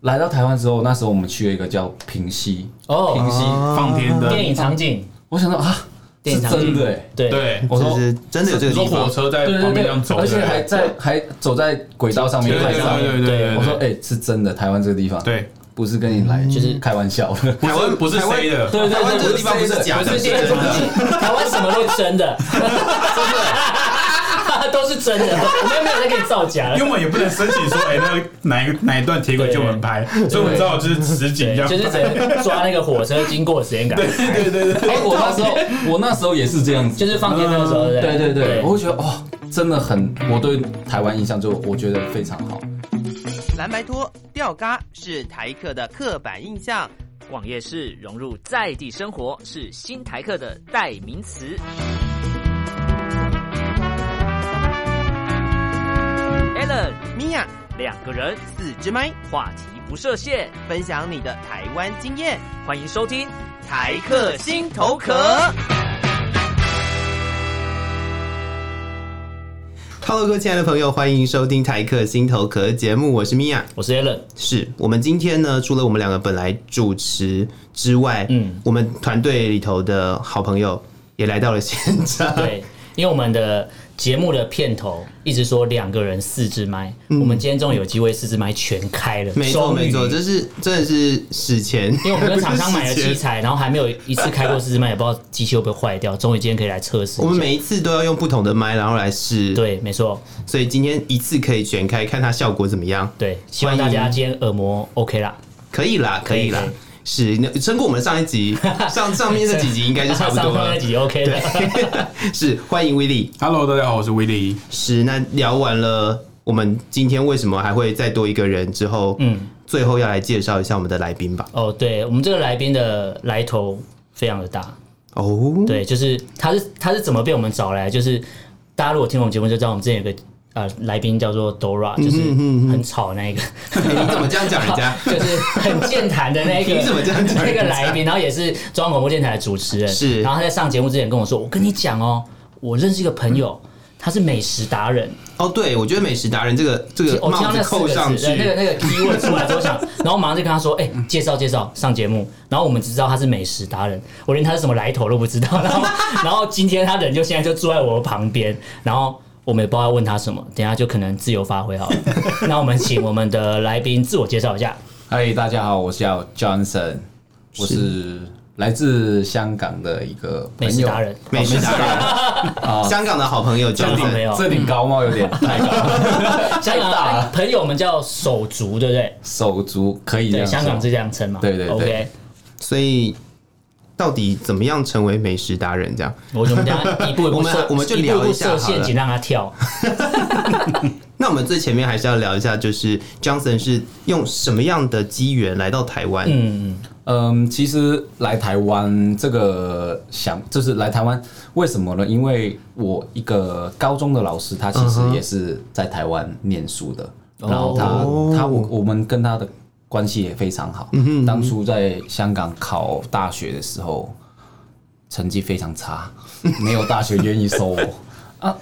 来到台湾之后，那时候我们去了一个叫平溪，哦平溪，放天电灯，影场景，我想到啊，电是影场景真的哎，对，对，我说就是真的有这个你说地火方，车在对旁对边对这样走，而且对还在还走在轨道上对面对拍照。对对对，我说哎，是真的，台湾这个地方，，对，嗯不是跟你来就是开玩笑的。不台湾是不是台湾 C 的，对对台湾这对个地方不是假不的，是是电真影场的。景，台湾什么都是真的， 都是真的，我们没有在给你造假因为了。我们也不能申请说，哎，那个哪一个哪一段铁轨就我们拍，所以我们只好就是实景对这，样就拍，是只能抓那个火车经过的时间感，对对对对，哎，我那时候我那时候也是这样子，就是放天灯的时嗯候，对对对不对，哦我会觉得哇，真的很，我对台湾印象就我觉得非常好。蓝白拖、吊嘎是台客的刻板印象。逛夜市融入在地生活是新台客的代名词。Allen 米娅，两个人四支麦，话题不设限，分享你的台湾经验，欢迎收听台客心头壳。 Hello，各位亲爱的朋友，欢迎收听台客心头壳节目，我是米娅。我是 Allen，是我们今天呢，除了我们两个本来主持之外，嗯嗯，我们团队里头的好朋友也来到了现场。对，因为我们的节目的片头一直说两个人四支麦，我们今天终于有机会四支麦全开了， 嗯没错终于没错，这是真的是史前，因为我们跟厂商买了器不是史前。材，然后还没有一次开过四支麦，也不知道机器会不会坏掉。终于今天可以来测试 我一们下。每一次都要用不同的麦，然后来试。，对，没错，所以今天一次可以全开，看它效果怎么样。对，希望大家今天耳膜 OK 啦，可以啦，可以啦可以可以，是那撑过我们的上一 集，上上面这几集应该就差不上多上了那。 集 OK 的。对，是欢迎威利。 Hello，大家好，我是威利。是，那聊完了，我们今天为什么还会再多一个人之后，嗯嗯，最后要来介绍一下我们的来宾吧。 哦，对我们这个来宾的来头非常的大，哦，，对，就是他是他是怎么被我们找来？就是大家如果听我们节目就知道，我们之前有个呃来宾叫做 Dora，就是嗯很吵那一个， 你怎么这样讲人家？ 就是很健谈的那个， 凭什么这样讲那人家个来宾，然后也是中央广播电台的主持人，是然后他在上节目之前跟我说：“我跟你讲哦，我认识一个朋友，嗯他是美食达人。哦，对，我觉得美食达人这个这个我哦听帽到子那四扣个上字，对那个 去，那个 keyword 出来之后想， 然后马上就跟他说：‘哎、介绍介绍，上节目。’然后我们只知道他是美食达人，我连他是什么来头都不知道。 然后，然后今天他人就现在就坐在我旁边，然后。”我们也不知道要问他什么，等一下就可能自由发挥好了。 那我们请我们的来宾自我介绍一下。嗨，大家好，我叫 Johnson，我是来自香港的一个朋美友食达人，美食达人，啊， 香港的好朋友这个好 Jonathan 朋友，这顶高帽 有点太高了， 香港的朋友们叫手足，对不对？手足可以这对，样说香港是这样称嘛？对对对 OK，所以到底怎么样成为美食达人？这样，我们等下一步一步我们设我们就一步聊步一下设好陷了阱让他跳。那我们最前面还是要聊一下，就是 Johnson 是用什么样的机缘来到台湾？嗯，嗯，其实来台湾这个想就是来台湾，为什么呢？因为我一个高中的老师，他其实也是在台湾念书的，哦然后他、他我我们跟他的关系也非常好。嗯当初在香港考大学的时候，成绩非常差， 没有大学愿意收我。啊，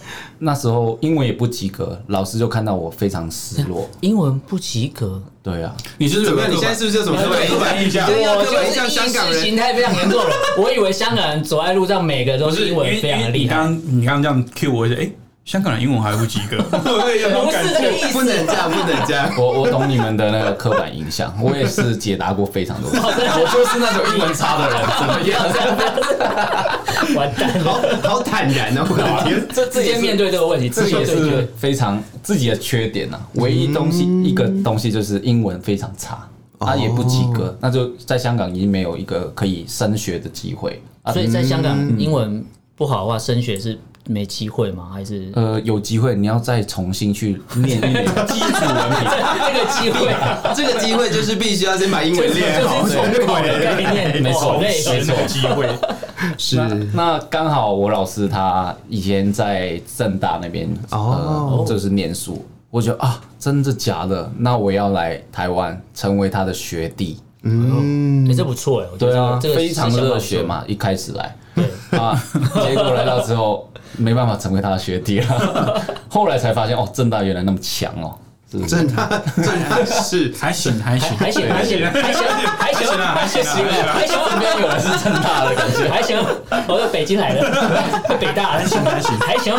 那时候英文也不及格，老师就看到我非常失 落。英文不及格，对啊，你是不是怎有么样？你刻现在板是不是有什么刻板刻板印象对啊我刻板印就象是香港意识人形态非常 严重了。我以为香港人走在路上，每个都不是是英文非常的厉害。因为因为你刚你刚刚这样 Q 我一下，哎、香港人英文还不及格，对，有那种不感是这个觉。意思，不能这样，不能这样。我我懂你们的那个刻板印象，我也是解答过非常多次，我就是那种英文差的人，怎么样？ 完蛋了，好好坦然哦，我的天！这直接面对这个问题，这直个接也对是决。非常自己的缺点呐、唯一东西、一个东西就是英文非常差，他也不及格，那就在香港已经没有一个可以升学的机会啊所。以在香港，英文不好的话，升学是没机会吗？还是呃，有机会你要再重新去念一年基础文凭， 这个机 会啊？这个机会就是必须要先把英文练好。就是重考的概念，没错好累哦没错，机会是那那刚好我老师他以前在正大那边哦呃，就是念书，我觉得啊，真的假的？那我要来台湾成为他的学弟，哎，这不错哎，我觉得对啊，这个非常这个热血嘛，一开始来，啊，结果来到之 后没办法成为他的学弟了，后来才发现哦，正大原来那么强哦，是 真的真的是还行还行还行还 行还行还行啊还行啊还 行啊还行，怎么样？有人是正大的感觉，还行。我在北京来的，北大，还行还行还行。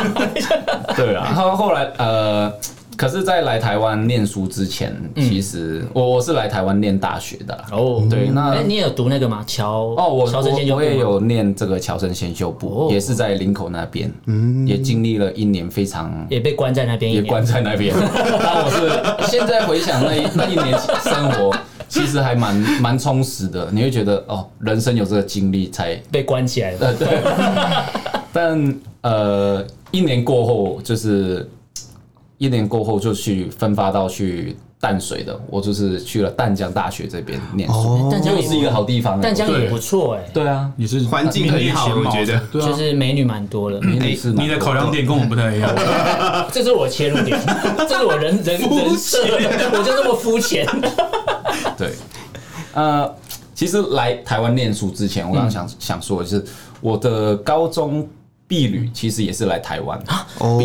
对啊，然后后来呃，可是，在来台湾念书之前，其实我我是来台湾念大学的啦。哦，嗯对，那哎，你也有读那个吗？乔哦，我乔生先我修我部吗也有念这个侨生先修部，哦也是在林口那边，嗯也经历了一年非常。也被关在那边一也年，关在那 边，但我是现在回想那一那一年生活，其实还蛮蛮充实的。你会觉得哦，人生有这个经历才被关起来了。呃， 对。但呃，一年过后，就是一年过后就去分发到去淡水的，我就是去了淡江大学这边念书，淡江又也是一个好地方欸。啊淡江我觉也得不错哎，对啊，你是环境很好我觉得对就啊，是美女蛮多嗯的。啊你女士嘛你的考量点跟我不太一样，这是我切入点，这是我人人人设，我就这么肤浅。对， 呃，其实来台湾念书之前，我刚刚想、想说的是，我的高中毕旅其实也是来台湾，哦，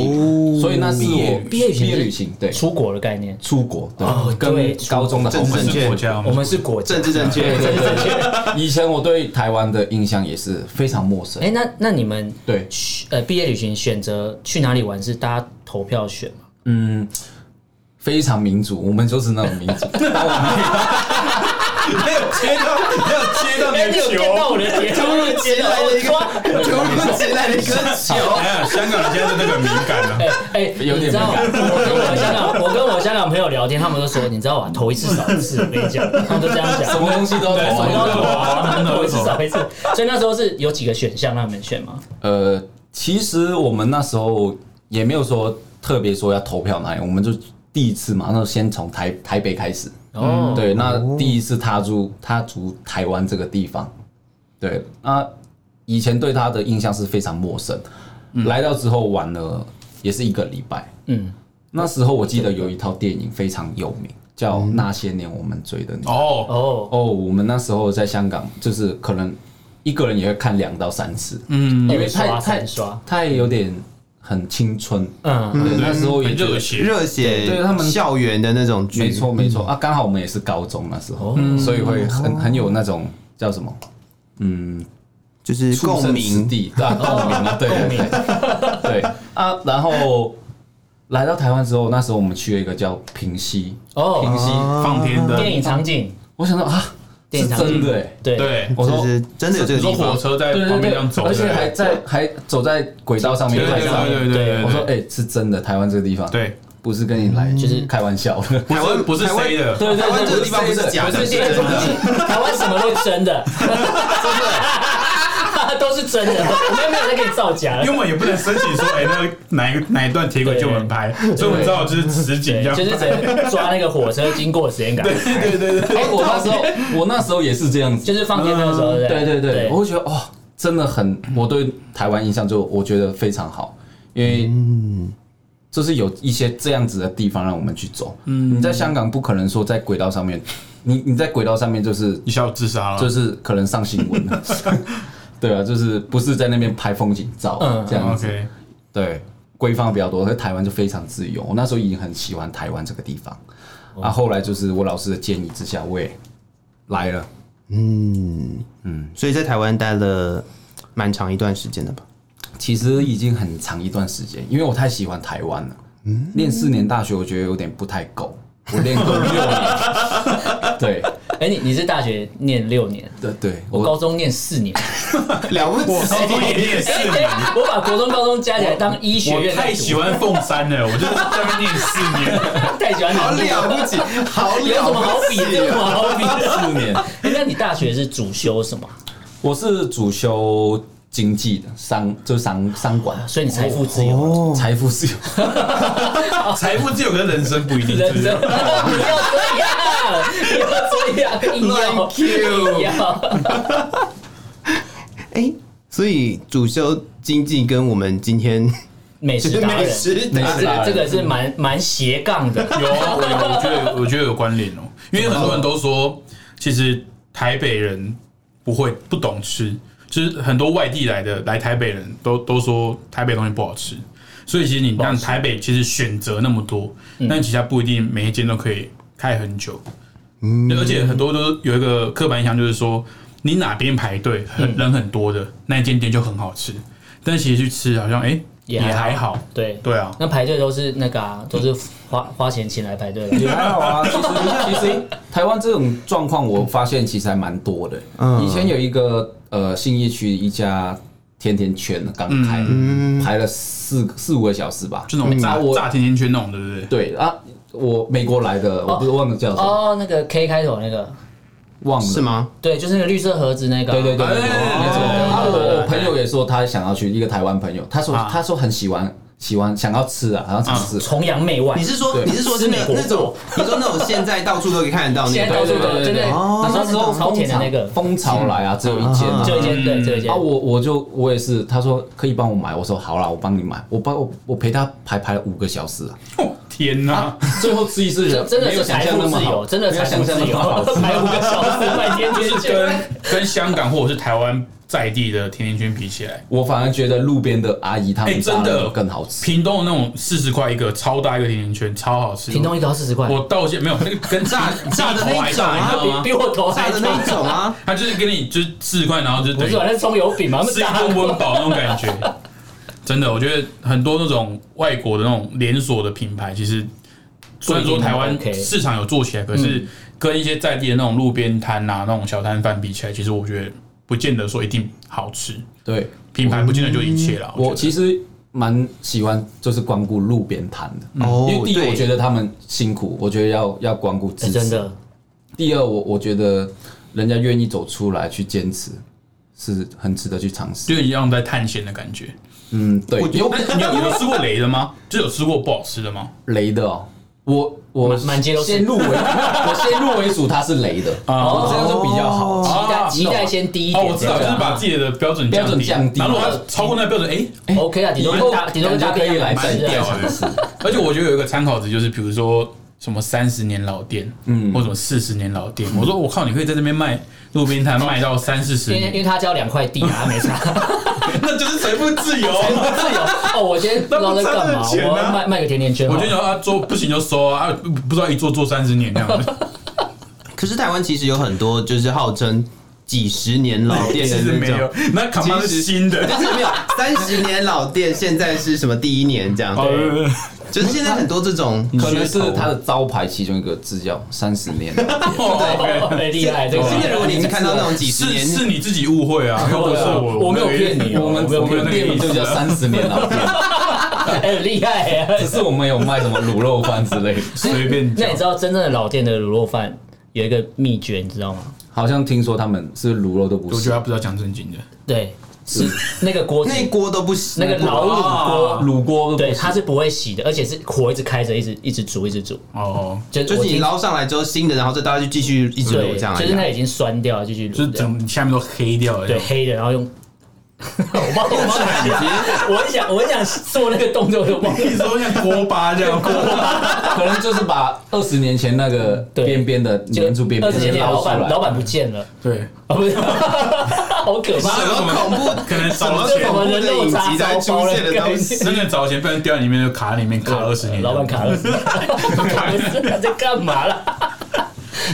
所以那是我毕业旅行啊毕业旅行，对，出国的概念，出国，对，对跟出国高中的好真朋正友。确是国家吗我们是国家政。治正确，以前我对台湾的印象也是非常陌生哎，，那那你们对，呃毕业旅行选择去哪里玩是大家投票选吗？嗯，非常民主，我们就是那种民主。当我们没有接到没有接到哎，你有跟到我的点，突如其来的一个抓。突如其来的一个球，哎呀，香港人现在是那个敏感了，哎哎，有点你知道，我敏跟我香港，我跟我香港朋友聊天，他们都说，你知道吧，投一次少一次，我跟你讲，他们都这样讲，什么东西都要什投么啊，都都投投啊啊，投一次少一次。所以那时候是有几个选项让你们选吗？呃，其实我们那时候也没有说特别说要投票哪里，我们就第一次嘛，那时候先从台台北开始。哦，嗯对，那第一次踏入踏足台湾这个地方，对，那以前对他的印象是非常陌生，来到之后玩了也是一个礼拜。嗯，那时候我记得有一套电影非常有名，叫《那些年我们追的你》。哦，哦，哦，我们那时候在香港，就是可能一个人也会看两到三次，嗯，因为太刷太三刷太有点很青春，嗯，对，那时候也很觉得热血，热血，对对他们校园的那种剧，没错没错啊，刚好我们也是高中那时候，所以会很很有那种叫什么就是畜共生之鸣，地，啊，共鸣啊，对对对对啊，然后。来到台湾之后，那时候我们去了一个叫平溪，哦平，溪，放天灯，电影场景，我想到啊，电是影场景真的哎，对，对，我就说是真的有这个你说地火方，车在对对旁边这样对，走，而且还在还走在轨道上面对快对上面，对对对，我说，哎、是真的，台湾这个地方，，对，不是跟你来就是开玩笑的。不是不是台湾谁的，对台湾这个地方不是假不的，是电影场景，台湾什么都真的， 真的都是真的，我们没有在给你造假因为了。我们也不能申请说，哎，那个哪一个哪一段铁轨就我们拍，所以我们知道就是实景对这，样，就是只能抓那个火车经过的时间感，对对对，哎、我那时候，我那时候也是这样子，就是放电的时候，对 对对对，我会觉得哦，真的很，我对台湾印象就我觉得非常好，因为就是有一些这样子的地方让我们去走。嗯，你在香港不可能说在轨道上面，你你在轨道上面就是一下我自杀了，就是可能上新闻了，对啊，就是不是在那边拍风景照、嗯这样子。 OK，对，规范比较多，在台湾就非常自由。我那时候已经很喜欢台湾这个地方，啊，后来就是我老师的建议之下，我也来了。所以在台湾待了蛮长一段时间的吧。其实已经很长一段时间，因为我太喜欢台湾了。念四年大学，我觉得有点不太够，我练够六年。对哎，你你是大学念六年，对对，我我高中念四年，了不我起，高中也念四哎年，哎我把国中、高中加起来当医学我院在太读喜欢凤山了，我就是在那边念四年，太喜欢你好了不起，好有什么了好不比起的？有什么啊！好比的？四年，哎那你大学是主修什么？我是主修经济的商，就是商商管，所以你财富自由，财富自由。财富自由跟人生不一定， 人是不生是？不要这样，不要这样，硬要 Thank you 硬 要，哎，所以主修经济跟我们今天美就食是达美人，食美达食这达人人个这个是蛮蛮斜杠的，有啊， 我有，我觉得我觉得有关联哦、因为很多人都说，其实台北人不会不懂吃，就是很多外地来的来台北人都都说台北东西不好吃，嗯所以其实你看台北其实选择那么多，但其实它不一定每一间都可以开很久。嗯，而且很多都有一个刻板印象，就是说你哪边排队很人很多的那一间店就很好吃，但其实去吃好像哎、也也还好还好。对对啊，那排队都是那个嗯啊，都是花花钱请来排队 的。也还好啊，其实其实台湾这种状况，我发现其实还蛮多的。嗯以前有一个呃信义区一家甜甜圈刚开，排了四四五个小时吧。就那种炸啊我炸甜甜圈那种，对不对？对啊，我美国来的，我不是忘了叫什么，哦，那个 K 开头那个，忘了是？吗？对，就是那个绿色盒子那个啊。对对对，对对哎没错。哦啊，我我朋友也说他想要去，一个台湾朋友，他说啊他说很喜欢喜欢想要吃啊，想要尝试。崇洋媚外你。是说对你是说是那吃美国那种你说那种现在到处都可以看得到那现在个到处都对对对真对的，对哦你那说时候超甜的那个，蜂巢来啊，只有一间啊，就一间，对，嗯就一间啊，。我我就我也是，他说可以帮我买，我说好啦，我帮你买，我帮我我陪他排排了五个小时啊， 哦天哪、最后吃一次这真的没有是想财象富那么自好，由，真的没财有富想象自那由么 好，吃。买五个小时买甜就甜 是圈，跟 跟香港或者是台湾在地的甜甜圈比起来，我反而觉得路边的阿姨她哎们炸真的的更好吃，屏东的那种四十块一个超大一个甜甜圈，超好吃。屏东一个要四十块，我到现在没有那个跟炸炸的那头还种啊大，你知道吗？比我头炸还的那一 大。种啊，他就是给你就是四十块，然后就不等于是吧？那是葱油饼嘛，那么吃一大顿温饱那种感觉。真的，我觉得很多那种外国的那种连锁的品牌，其实虽然说台湾 OK 市场有做起来，可是跟一些在地的那种路边摊啊、那种小摊贩比起来，其实我觉得不见得说一定好吃，对品牌不见得就一切了。我觉其实蛮喜欢就是光顾路边摊的。嗯哦因为第一，对我觉得他们辛苦，我觉得要要光顾自哎己。真。的，第二，我我觉得人家愿意走出来去坚持，是很值得去尝得试。就一样在探险的感觉。嗯，对。有那你有你有吃过雷的吗？ 就有吃过不好吃的吗？雷的哦，我我满满街都是先入为 我先入为主，它是雷的，哦这样就比较好。期待啊哦期待先低一哦，点，我知道，这就样是啊把自己的标准标准降低然后如果它超过那个标 准，哎， OK 啊，顶多以跟后大顶多跟大感觉便可以来一摘样掉嘛啊，是而且我觉得有一个参考值，就是比如说什么三十年老店，嗯，或者四十年老店。我说我靠，你可以在这边卖路 边摊卖到三四十因为因为年，他交两块地啊，没差。 那就是财富 自自由。由 哦，我今天不知道在干嘛，那不差那钱啊我要卖卖个甜甜圈。我就想啊，做不行就收啊，啊不不知道一做做三十年 这样子，可是台湾其实有很多就是号称几十年老 其店的实 没那有种，，那卡巴是新的。就是 没有三十年老店，现在是什么第一年这样，嗯哦就是现在很多这种可能是噱头它的招牌其中一个字叫三十年。哦 ，OK，很厉害，这对个现在如果你是看到那种几十是年，是你自己误会啊，又不是我， 我没有骗你哦我们我没有我骗们的你店名啊就叫三十年老店， 哎很厉害啊。只是我们有卖什么卤肉饭之类的。随便那讲你。知道真正的老店的卤肉饭有一个秘诀，你知道吗？好像听说他们是卤肉都不我觉是得，他不知道讲正经的，对，是那个锅子，那一锅都不行，那个老啊卤锅，哦卤锅都不对，是。它是不会洗的，而且是火一直开着，一直一直煮，一直煮，哦，就就是我你听捞上来之后新的，然后再大家就继续一直对，留这样啊来就是那已经酸掉了，继续卤这就样，是整下面都黑掉了。对黑的，然后用。 我帮我帮你讲，我很想我很想做那个动作，我就忘了一直都像锅巴这 样，锅巴可能就是把二十年前那个对边边的粘住边二边十年的前捞老出板来，老板不见了，对。啊不是， 好可怕！什么恐怖，可能什么什么恐怖的影集才出现的东西。真的早前被人掉里面就卡里面卡二十年，老板卡 二十，卡 二十年在干嘛啦？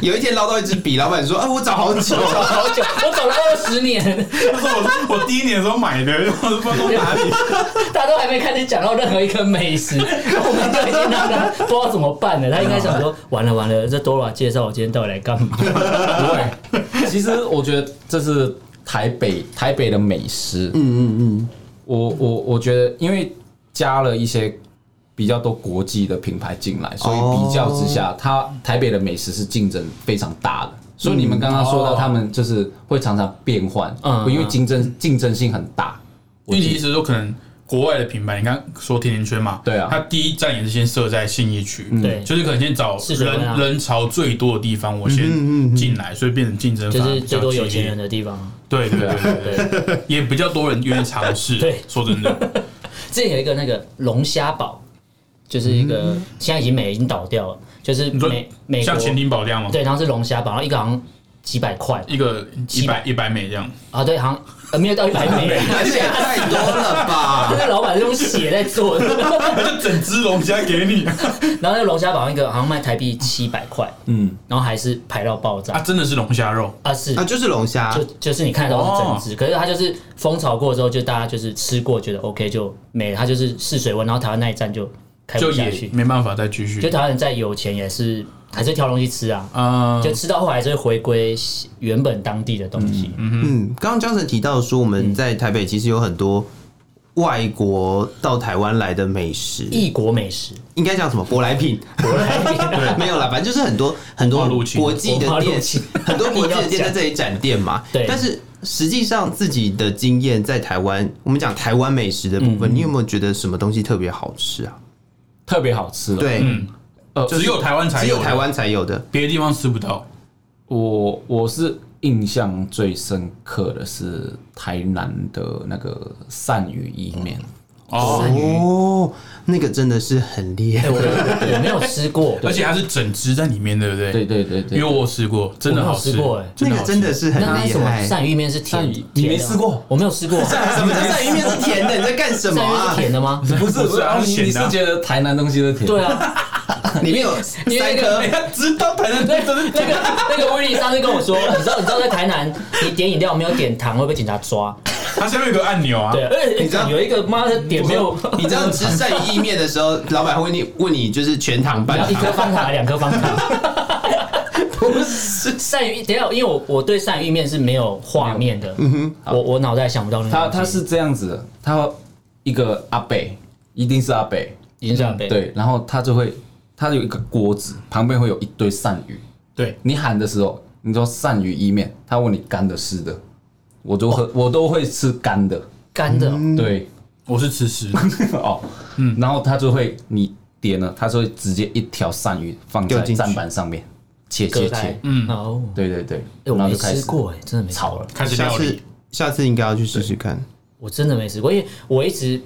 有一天捞到一支笔，老板说：“啊，我找好久。我 找好久，我找了二十年，那是 我我第一年的时候买的，我都不知道哪里。大家都还没开始讲到任何一个美食，我们就已经让他不知道怎么办了。他应该想说，完了完了，这 Dora 介绍我今天到底来干嘛？ 不会，其实我觉得这是台北台北的美食。嗯嗯嗯，我我我觉得，因为加了一些比较多国际的品牌进来，所以比较之下，它台北的美食是竞争非常大的。所以你们刚刚说哦到，他们就是会常常变换，嗯因为竞争竞争性很大。因为你意思说可能国外的品牌，你刚刚说甜甜圈嘛，对啊它第一站也是先设在信义区，嗯对就是可能先找是什么呀人人潮最多的地方，我嗯先进来，所以变成竞争就反而是比最较多有激烈钱人，的地方。对对对对对，对，也比较多人愿意尝试。对说真的，之前有一个那个龙虾堡，就是一个嗯现在已经美已经倒掉了，就是你说美美国像前庭堡这样吗？对，然后是龙虾堡，然后一个好像几百块一个一七百百一百 美这样，啊，对，好像呃没有到一百美元，这也太多了吧那？个老板是用血在做的，他就整只龙虾给你然后那个龙虾堡一个好像卖台币七百块，嗯，然后还是排到爆啊，炸真的是龙虾肉，啊是 啊，就是龙虾就，就是你看得到是整只，可是它就是风潮过之后，就大家就是吃过觉得 OK 就没了，它就是试水温，然后台湾那一站就开就不下也去，没办法再继就续台湾人在有钱也是还是挑东西吃啊，啊。就吃到后来就会回归原本当地的东西，嗯，刚刚江晨提到说我们在台北其实有很多外国到台湾来的美食，异国美食，应该叫什么舶来品？我来没有啦，反正就是很多很多文化入侵国际的文化入店侵，很多国际的一定店要在讲这里展店嘛。对但是实际上自己的经验在台湾，我们讲台湾美食的部分，你有没有觉得什么东西特别好吃啊？特别好吃。，对，嗯，呃，只有台湾才只有的台，湾才有的。别的地方吃不到。我我是印象最深刻的是台南的那个鳝鱼意面，哦，哦，那个真的是很厉害我，我没有吃过，而且它是整只在里面，对不对？对，对对因为对，我有吃过，真的好我没有吃过哎那个真的是是很那它厉什么害。鳝鱼面是甜鳝鱼，甜的吗你没试过？我没有吃过，鳝什么叫鳝鱼面是甜的？你在干什么鱼啊是？甜的吗？ 不是不是啊啊它是你咸的啊你是觉得台南东西都甜？对，啊，里面有你三颗哎呀，知道台南对，真那的个那个威利上次跟我说，你知道你知道在台南，你点饮料没有点糖会被警察抓，它下面有个按钮啊，对，而且你知道有一个妈的点 没有，你这样吃鳝鱼意面的时候，老板会问你问你就是全糖半然后一颗糖，方塔，啊两颗方塔。不是鳝鱼，等一下，因为我我对鳝鱼面是没有画面的，我我脑袋想不到那个他东西。他是这样子的，他一个阿北，一定是阿北，银鳝贝，对，然后他就会，他有一个锅子，旁边会有一堆鳝鱼。对，你喊的时候，你说鳝鱼意面，他问你干的湿的，我都喝，我都会吃干的。干的哦，对，我是吃屎， 哦，嗯，然后他就会你点了，他就会直接一条鳝鱼放在丢进去砧板上面切割切开切，，嗯，哦，对对对，哎，我然后没就开吃始过，哎，真的没吃过炒了，开始下料次理，下次应该要去试试看。我真的没吃过，因为我一直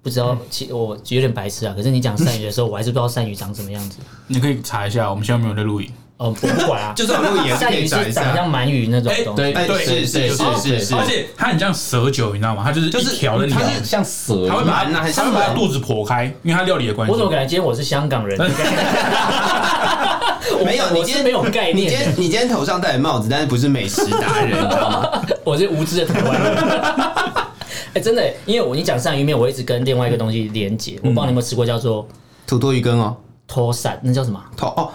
不知道，嗯其我有点白痴啊。可是你讲鳝鱼的时候，我还是不知道鳝鱼长什么样子。你可以查一下，我们现在没有在录影。哦，不管啊， 就算我们也是可鳝以鱼找是一长下。像鳗鱼那种哎东西，对哎，是是是是是，而且它很像蛇酒，你知道吗？它就是就是一条的里它面是，像蛇它会把蛮啊它很像它会把它蛮肚子剖开，因为它料理的关系我。怎么感觉今天我是香港人？ 我没有，你我今是天没有概你今天念，你今天头上戴的帽子，但是不是美食达人，你知道吗？ 我是无知的台湾人。 哎，真的，因为我你讲鳝鱼面，我一直跟另外一个东西连嗯结。我不知道你有没有吃过，叫做土托鱼羹哦，脱鳝，那叫什么？土哦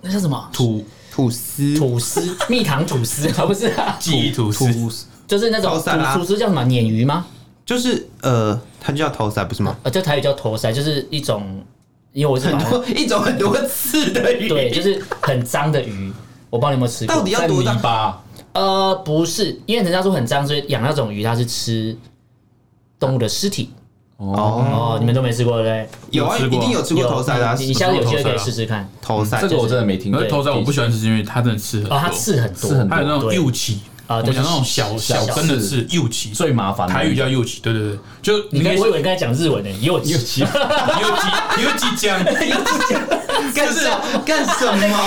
那叫什么？吐吐司吐司，蜜糖吐司 啊，不是啊， 记忆吐司，就是那种脱鳝啊吐吐司叫什么？鲶鱼吗？就是呃，它就叫头鳝不是吗？呃，就台语叫头鳝，就是一种，因为我是很把多一种很多刺的鱼，对，就是很脏的鱼，我不知道你有没有吃过。到底要多泥大？巴，呃，不是，因为人家说很脏，所以养那种鱼它是吃动物的尸体。哦，你们都没吃过对有啊，有吃一过啊定有吃不对？过头鳝的啊，你你下次有机会可以试试看。头鳝这个我真的没听可过。是头仔我不喜欢吃，是因为它真的吃啊很哦，它多，刺很多，刺很它有那种对幼鳍啊我对讲那种小小小根的刺刺幼鳍，最麻烦的台语叫幼鳍，对对对，就你你可刚以我以为你刚才讲日文呢，又又奇有几有几酱，干什么干 什么？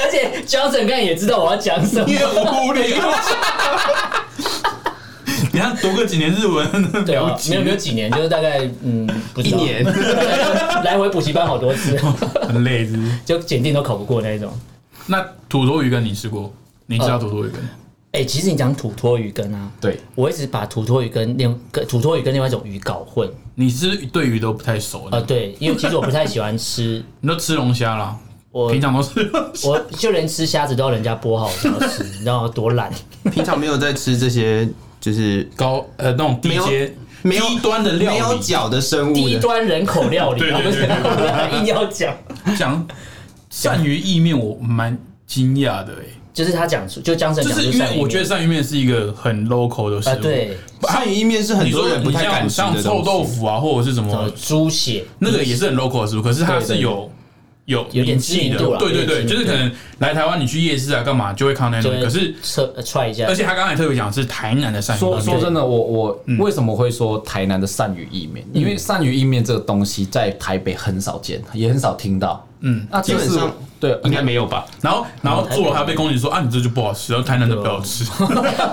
而且 Johnson 刚才也知道我要讲什么你，很无聊。 你看读个几年日文， 对啊了，解没有没有几年，就是大概嗯，不知一道年 来回补习班好多次，很累是不是？就检定都考不过那一种。那土豆鱼羹你吃过？你呃知道土豆鱼羹？哎，其实你讲土托鱼羹啊，对，我一直把土托鱼跟另跟土托鱼跟另外一种鱼搞混。你是对鱼都不太熟呃，的，对，因为其实我不太喜欢吃，你都吃龙虾啦，我平常都吃龙虾。我就连吃虾子都要人家剥好我才要吃，你知道我多 懒。平常没有在吃这些，就是 高呃那种低阶没有低端的料没有理，脚的生物低的，端人口料理，对啊对不是对对对 硬要讲，讲鳝鱼意面，我蛮惊讶的哎，就是他讲出，就江省就讲出是因鳝鱼为面我觉得鳝鱼面是哦一个很 local 的食啊，物。对，鳝鱼意面是很你多说人不你太敢像吃的像臭豆东西。腐啊，或者是什呃，么，猪血那个也是很 local 的食物，可是它是有有有点知记名的度啦，对对有对，点知就名是可能来台湾你去夜市啊干嘛就会看到那就种，会可是测呃踹一下而，且他刚才特别讲是台南的鳝鱼意说嗯面，说真的，我我为什么会说台南的鳝鱼意面？因为鳝鱼意面这个东西在台北很少见，也很少听到。嗯，那基就本是上对，应该没有吧？然后然后做了还被攻击说啊，你这就不好吃，然后台南的不好吃，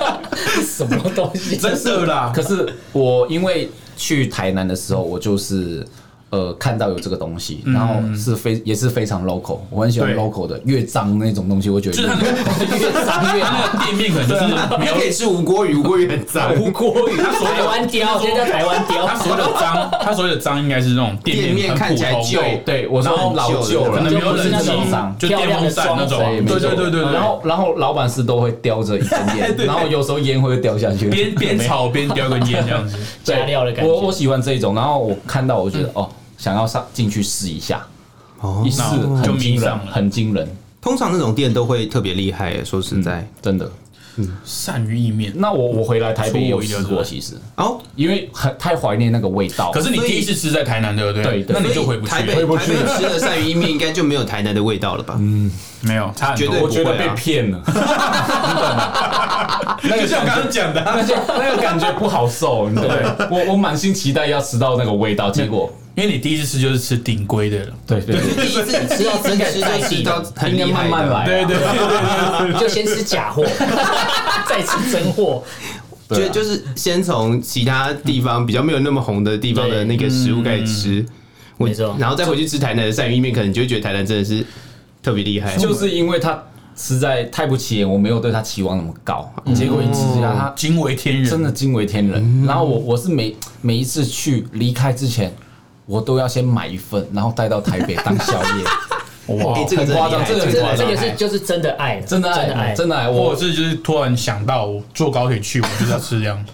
什么东西？哦真的啦。 可是我因为去台南的时候，我就是呃看到有这个东西，然后是非也是非常 local，我很喜欢嗯对 local 的，越脏那种东西，我觉得就是他那越个越脏越好。店面啊可能就是还没有可以吃无锅鱼，无锅鱼很 脏。无锅鱼，他所谓台的湾雕，现在叫台湾雕他。所谓的脏，他所谓的脏应该是那种店啊店面面很看起来普通旧对对，我说然后老旧可了，可能没有就不是冷那气种脏，就电风扇那种，漂对亮没对错对对对。然后然后老板是都会叼着一根 烟，然后有时候烟会掉下去，边边炒边叼根烟这样 子，对加料的感觉我我喜欢这一种，然后我看到我觉得哦，想要上进去试一下，哦一试嗯那就很迷惊人上，了很惊人，哦通常那种店都会特别厉害，说实嗯在。真的。鳝鱼意面。那我我回来台北也有出乎意料试之外过，其实哦，因为很太怀念那个味道。可是你第一次吃在台南，对不对对？对那你就回不去嗯台北了，台北吃的鳝鱼意面应该就没有台南的味道了吧？ 没有，差很绝对多。我觉不得会被啊骗了，你懂吗？那 就个像我感刚觉刚，讲的啊，那就那个感觉不好受，你懂吗？我我满心期待要吃到那个味道，结果因为你第一次吃就是吃顶规的了。对对对，第一次吃到真的吃就吃到很应该厉害慢的慢来啊。对对就先吃假货， 再吃真货。对就啊就是先从其他地方比较没有那么红的地方的那个食物开始嗯吃，我没错然后再回去吃台南的鳝鱼意面，可能你就会觉得台南真的是特别厉害。就是因为他实在太不起眼，我没有对他期望那么高，结果一吃下他惊为天人，真的惊为天人。然后我我是每每一次去离开之前，我都要先买一份，然后带到台北当宵夜，哎、这个很真的夸张，厉害这个很这夸这张个。是就是真的爱了，真的真的爱，爱，真的爱，或我者是就是突然想到，我坐高铁去，我就是要吃这 样。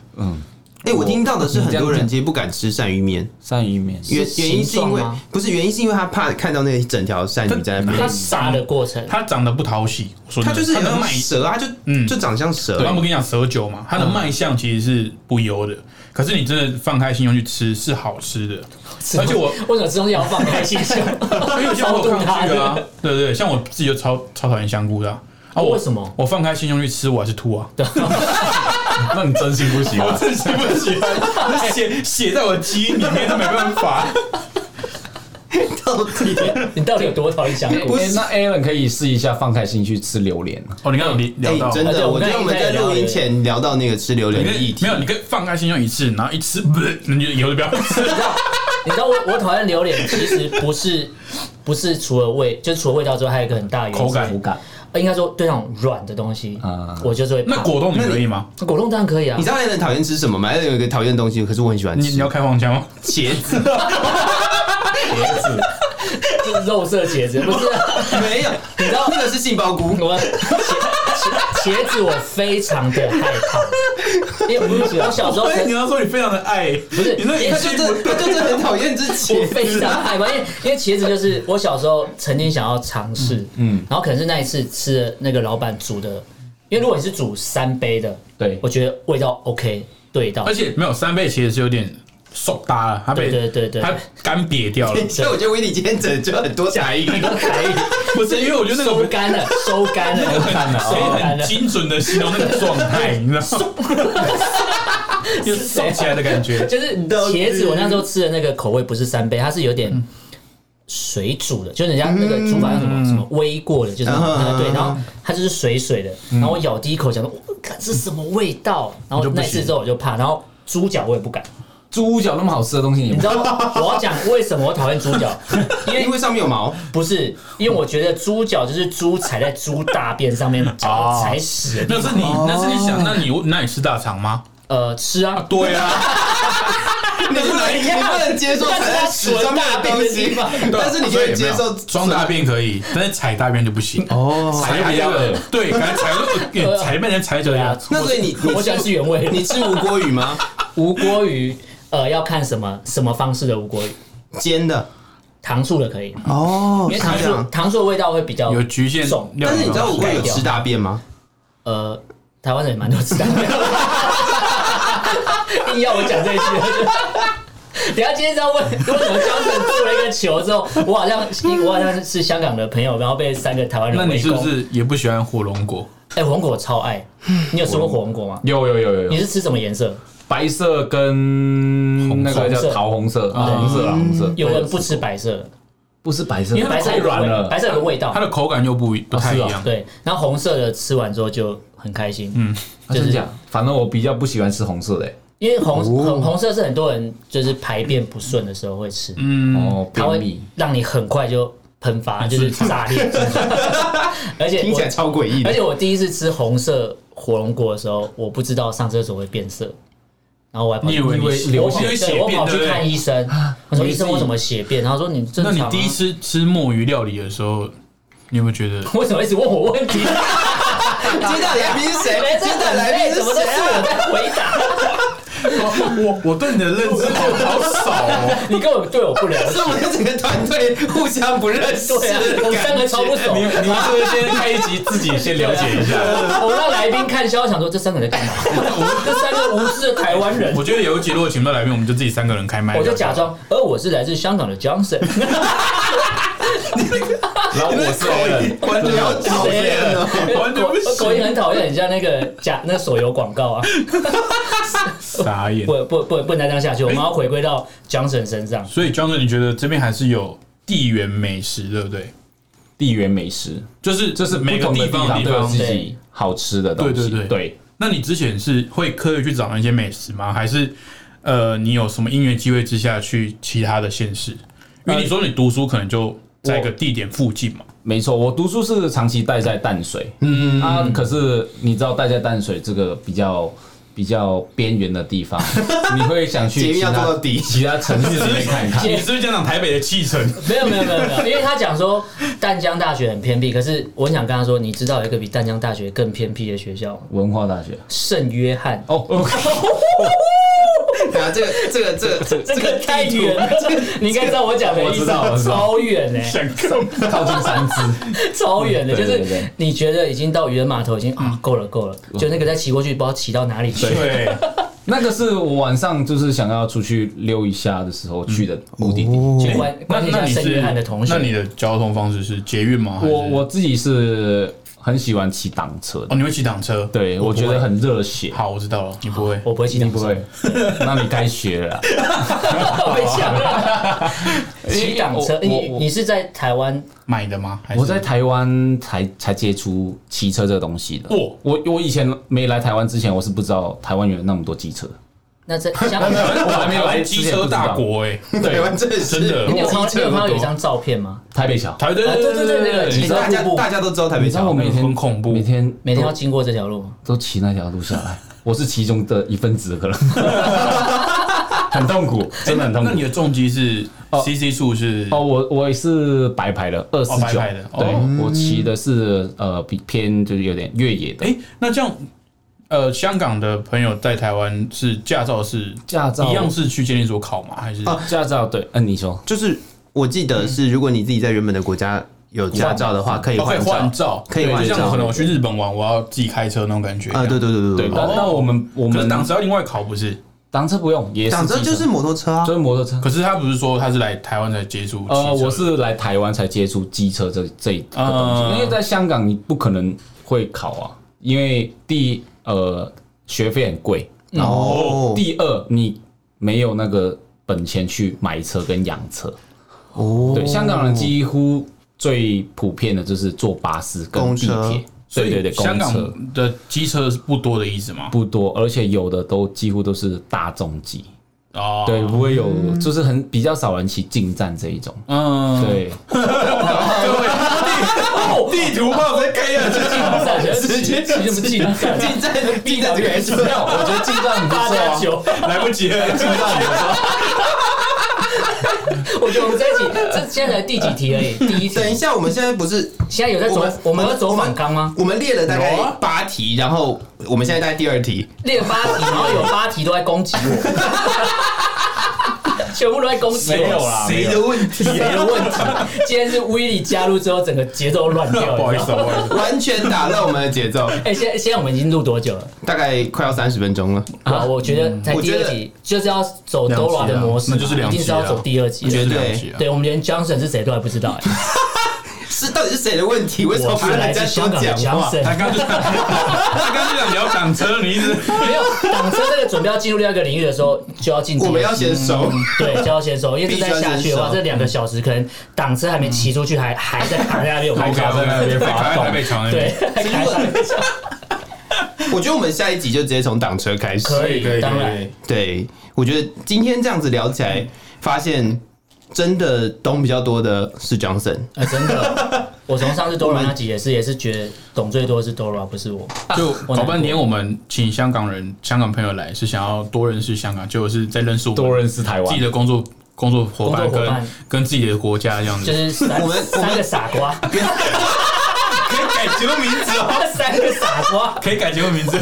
哎、我听到的是你很这样多人讲其实不敢吃鳝鱼面，鳝鱼面，原原因是因形状为吗不是原因是因为他怕看到那一整条鳝鱼在那他边，杀的过程，它长得不讨喜，我说他真就的是它很能像卖蛇啊，他就、嗯就长像蛇对，。他们跟你讲蛇酒嘛，它的卖相其实是不优的，可是你真的放开心胸去吃是好吃的，而 且我。为什么吃东西要放开心胸？因为像超我度有抗他拒啊的，，对对对，像我自己就超超讨厌香菇的啊。啊我为什么我放开心胸去吃，我还是吐 啊！那你真心不喜 欢？真心不喜欢，那写写在我基因里面都没办法。到底 你到底有多讨厌香菇？哎那 Alan 可以试一下放开心去吃榴莲， 啊哦，你刚刚有聊哎、到，真而且的，我我觉刚得才我们在在聊录音前聊到那个吃榴莲你的跟议题，没有，你可以放开心胸一次，然后一吃，不是，那你就以后就不要吃。你知道我我讨厌榴莲，其实不是不是除了味，就是除了味道之外，还有一个很大的原因是口感口感呃应该说对那种软的东西啊，我就是会怕那果冻你可以吗？果冻当然可以啊你。知道有人讨厌吃什么吗？有一个讨厌的东西，可是我很喜欢你吃你要开黄腔 吗？茄子。茄子，就是肉色茄子，不是啊、 没有，你知道那个是杏鲍菇， 我茄茄茄子我非常的害怕，因为我小时候哎，是你要说你非常的爱，不是你那也语他气就不真他就真的很讨厌 之我 前。。非常害怕，因为因为茄子就是我小时候曾经想要尝试，嗯，然后可能是那一次吃了那个老板煮的，因为如果你是煮三杯的，对我觉得味道 OK 对到而，且没有三倍，其实是有点瘦搭了，它被对对对对它干瘪掉 了所以我觉得威利今天整就很多才 艺，不是因为我觉得那收个干了，收干了，收干了，哦可以收干很了。精准的形容那个状 态，你知道吗？ 就瘦起来的感 觉，就是茄子，我那时候吃的那个口味不是三杯，它是有点水煮的，就是人家那个煮法叫什么、什么煨过的，就是那种、嗯对，然后它就是水水的，然后我咬第一口，想说，我看是什么味道，然后你就不那行次之后我就怕，然后猪脚我也不敢，猪脚那么好吃的东西，你你不知道吗我要讲为什么我讨厌 猪脚，因为因为上面有毛，不是因为我觉得猪脚就是猪踩在猪大便上面，哦脚踩屎的地那方，是你，那是你想，那你那你吃大肠吗？呃，吃啊，对 啊，你不能你不能接受踩在屎上面的东西， 啊但是你可以接受装大便可以，但是踩大便就不行。哦。踩比较恶，对，感觉踩就呃踩被人踩着对呀啊。，那所以你我想吃原味， 你吃无锅鱼吗？无锅鱼，呃，要看什么什么方式的无锅鱼，煎的糖醋的可以，哦因为糖醋糖醋的味道会比较啊有局限重。料但理是你知道方无式锅鱼有吃大便吗？呃，台湾人也蛮多吃糖 的，硬要我讲这一句。我觉得 等一下今天知道为为什么江城做了一个球之后，我好像我好像是香港的朋友，然后被三个台湾人那围攻。你是不是也不喜欢火龙果？哎、火龙果我超爱，你有吃过火龙果吗？有有有有你有，是吃什么颜色？白色跟那个红叫色嗯桃红色，啊红色啊红色，有人不吃白色的，不是白色因为，它白色有个太软味了啊白色有个味道它，的口感又不一不太一样。对。然后红色的吃完之后就很开心，嗯，啊真假？反正我比较不喜欢吃红色的欸，因为红红红色是很多人就是排便不顺的时候会吃，嗯哦，嗯它便会秘。让你很快就喷发，就是炸裂， 而且听起来我超诡异的而。且我第一次吃红色火龙果的时候，我不知道上厕所会变色。然后我还跑你以为你我流跑血对我跑血便去对不对看医生，我说你医生自己为什么血便？他说你正那常、啊。你第一次吃墨鱼料理的时候，你有没有觉得？为什么一直问我 问题？接到来宾是谁哎？接这到很来宾累，是怎么都谁是我啊？在回答？ 我我对你的认知好好少哦。 你根本对我不了解是。我们整个团队互相不认 识， 对啊，我们三个超不熟你。 你是不是先开一集自己先了解一下？我让来宾看肖，想说这三个人在 干嘛？这三个无知的台湾人，我觉得有一集如果请不到来宾，我们就自己三个人开麦。我就假装，而我是来自香港的 Johnson。然后我是 Alan，观众要讨厌哦。 完全不行口音很讨厌，很像那个假那个手游广告啊！ 傻眼。不不不，不能再这样下去，我们要回归到 Johnson 身上。所以江哥，你觉得这边还是有地缘美食，对不对？地缘美食，就是这是不每个同的方方地都有自方。己好吃的东西。对对对那你之前是会刻意去找那些美食吗？还是呃，你有什么因缘机会之下去其他的县市？因为你说你读书可能就在一个地点附近嘛。没错，我读书是长期待在淡水，嗯啊，可是你知道待在淡水这个比较比较边缘的 地方，你会想捷去运其要他坐到底其他城市里面看一 看。你是不是讲讲台北的气城？没有没有没有没有，因为他讲说淡江大学很偏僻，可是我想跟他说，你知道有一个比淡江大学更偏僻的学校吗？文化大学圣约翰。哦，对啊，这个这个这个这个太远了， 你应该知道我讲的意我思知道我，知道超远呢、 想干嘛？靠近三芝，超远的，嗯就对是对对你觉得已经到渔人码头，已经啊够了够了，就那个再骑过去，不知道骑到哪里去。对， 那个是我晚上就是想要出去溜一下的时候去的目的地。去关那关心一那下你圣约是翰的同学那，你的交通方式是捷运吗？还是我我自己是很喜欢骑挡车哦，的，你会骑挡车？对我不会觉得很热血。好，我知道了，你不会。我不会骑你单不车， 会，那你该学 了啦。我被抢了。骑挡啊车，因为我你我你是在台湾？买的吗？还是我在台湾才才接触骑车这个东西的。哦我我以前没来台湾之前，我是不知道台湾原来那么多机车。那在香港？我还没来之机前不车知道大国哎，台湾真的是真的你有看到机你有车看到不有一多。张照片吗？台北桥，台对啊对对对对对哎大家大家都知道台北你知道我桥，每天很恐怖每天每天要经过这条路 吗？都骑那条路下 来，我是其中的一分子，可能 很痛苦，真的很痛苦哎那。你的重击是 CC 数是哦，我我也是白牌的，二四哦白九牌的哦对，我骑的是呃比偏就是有点越野的哎，那这样。呃，香港的朋友在台湾是驾照是驾照一样是去监理所考吗？还是哦驾照，对，嗯，你说就是我记得是，如果你自己在原本的国家有驾照的话，可以哦可以换换照。照？可以换对就照像可能我去日本玩，我要自己开车那种感觉啊，对对对对对，但对，但我们我哦可是们档次要另外考不是？挡车不用，也是讲真机就是摩托车啊就，是摩托车可。是他不是说他是来台湾才接触汽车？呃，我是来台湾才接触机车这这一个东西，嗯因为在香港你不可能会考啊，因为第一呃学费很贵，然后哦第二你没有那个本钱去买车跟养车。哦对，香港人几乎最普遍的就是坐巴士跟公地车铁，所对以对对，香公车港的机车是不多的意思吗？不多，而且有的都几乎都是大众机，哦，对，不会有就是很比较少人骑近站这一种，嗯，对。哦 地图炮在开下去，直接骑这么近，进站进站就开始没有，我觉得近站很不八错加啊。九。来不及了，知道你 我觉得我们在一起，这现在才第几题而已，第一题。等一下，我们现在不是现在有在走，我们要走反纲吗？我们列了大概有啊八题，然后我们现在大概第二题，列八题，然后有八题都在攻击我，全部都在攻击我。没有啦谁的问题？啊谁的问题？今天是威力加入之后，整个节奏乱掉。不好意你知思，道吗不好意思。 完全打乱我们的节奏，哎，现在现在我们已经录多久了？大概快要三十分钟了。啊，我觉得才我第觉二得集就是要走两集 Dora 的啊模式嘛，那就是两一定是集啊要走第二集。绝对就是两集啊对，我们连 Johnson 是谁都还不知道哎。是到底是谁的问题？为什么我不是让来人自家香多港的讲话？他 Johnson，刚就他刚就想聊挡车，你一直没有挡车这个准备要进入另外一个领域的时候，就要进阶我们要先熟，对，就要先收，因为必这须要再下去的话，先收这两个小时可能挡车还没骑出去，还还在卡在那边，我们卡 OK，OK，OK，在那边在卡发在动台北桥那对边，还卡在那边我觉得我们下一集就直接从挡车开始。可以，当可然以对，我觉得今天这样子聊起来，发现真的懂比较多的是 Johnson。呃真的，我从上次 Dora 那集也是，也是觉得懂最多的是 Dora，不是我。 就我搞半天，我们请香港人、香港朋友来是想要多认识香港，结果是在认识我多们认识台自己湾。的工作工作伙伴工作伙跟伴跟自己的国家这样子，就是三我们三个傻 瓜，可以改节目名字哦，三个傻瓜， 可以改节目名字，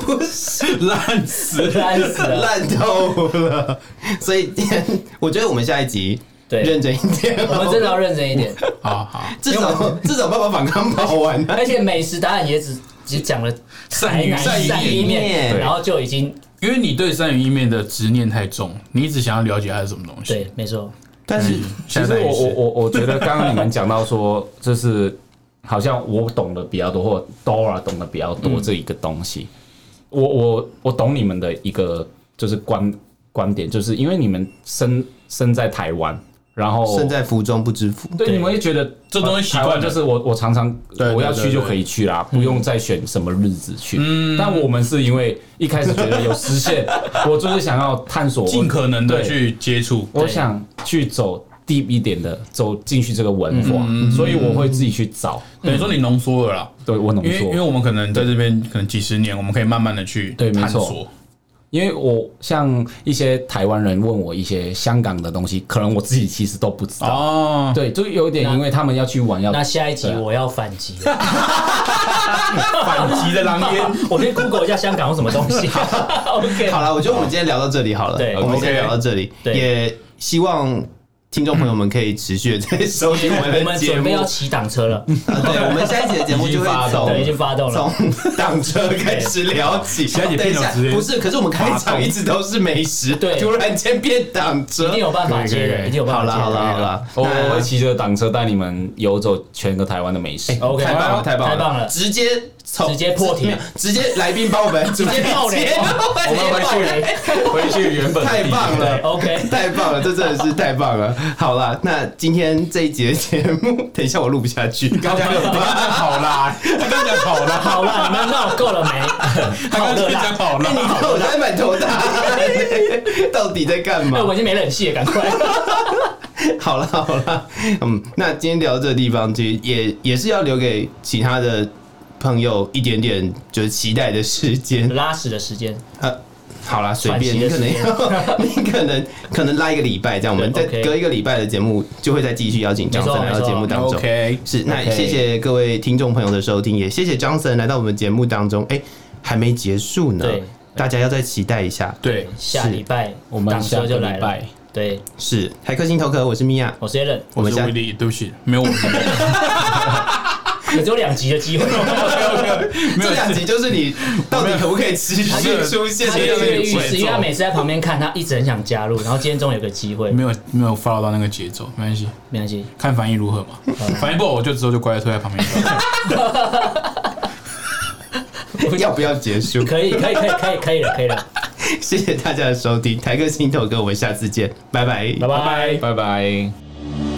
不是烂死！烂死了。烂透了，所以 我觉得我们下一集认对，真一点哦、我们真的要认真一点，好好，至少至少爸爸反刚跑完了。而且美食答案也只只讲了台南鳝鱼鳝鳝鱼鱼面，面然后就已经因为你对鳝鱼意面的执念太重，你一直想要了解它是什么东西。对，没错， 但哎是其现实在我也我是，我我觉得刚刚你们讲到说， 就是好像我懂得比较多，或 Dora 懂得比较嗯多这一个东西。我我我懂你们的一个就是观观点，就是因为你们身身在台湾，然后身在福中不知福，对对你们会觉得这东西习台惯湾了就是我我常常对对我要去对就对嗯可以去啦，不用再选什么日子去。但我们是因为一开始觉得有实 现，我就是想要探索，尽可能的对去接触。我想去走 deep 一点的，走进去这个文化，所以我会自己去找。等于说你浓缩了啦，对我浓因为因为缩，我们可能在这边可能几十年，我们可以慢慢的去对没探错索。因为我像一些台湾人问我一些香港的东西，可能我自己其实都不知道。哦，对，就有点因为他们要去玩，要那下一集对啊我要反击了。反击的狼 烟。 我去 Google 一下香港有什么东西。OK， 好了，我觉得我们今天聊到这里好了，对我们先 OK 聊到这里，对也希望听众朋友们可以持续的在收听我我们的们节准备目要。骑挡车了， 啊对，我们下一集的节目就会对，已经从发动了。从挡车开始聊起。下一集等变一成下直接，不是，可是我们开场一直都是美食，对突然间变挡车，一定有办法接可以可的，以一定有办法好接了的。好了好了，我我会那骑着挡车带你们游走全个台湾的美食。 OK，太棒了太棒了，太棒了！直接从直接破题没有直接来宾帮我们 直 直接爆雷，哎我们回去雷。回去原本的太地棒方了 OK， 太棒了，这真的是太棒了。好啦，那今天这一集的节目， 等一下我录不下去，刚才有刚好啦，他刚讲好啦，好 了，你们闹够了没？他好刚的才啦讲。好啦。我在满头 大汗，到底在干嘛哎，？我已经没冷气了，赶快。好了好了，嗯，那今天聊这个地方，其实也也是要留给其他的朋友一点点就是期待的时间。拉屎的时间，呃，好啦，随便，喘息的你可能时间要， 你可能可能拉一个礼拜这样，我们再对，OK 隔一个礼拜的节目就会再继续邀请张森来没错到节目当中。 OK，是，那 OK 谢谢各位听众朋友的收听，也谢谢张森来到我们节目当中。哎、还没结束呢对，大家要再期待一下。对，下礼拜我们挡下车就个来礼了拜。。对，是，台客心头壳，我是米娅，我是 a l n 我我们是下威力，对不起，没有我，也只有两集的机 会。没有这两集就是你到底可不可以持续出现 他的跃跃欲一个试，因为他每次在旁边看，他一直很想加入，然后今天终于有个机会，没有没有 follow 到那个节奏，没关系，没关系。看反应如何嘛。反应不好，我就之后就乖乖推在旁边。要不要结束？可以，可以，可以，可以，可以了，可以了，谢谢大家的收听，台客心头哥，我们下次见，拜拜，拜拜拜。拜拜。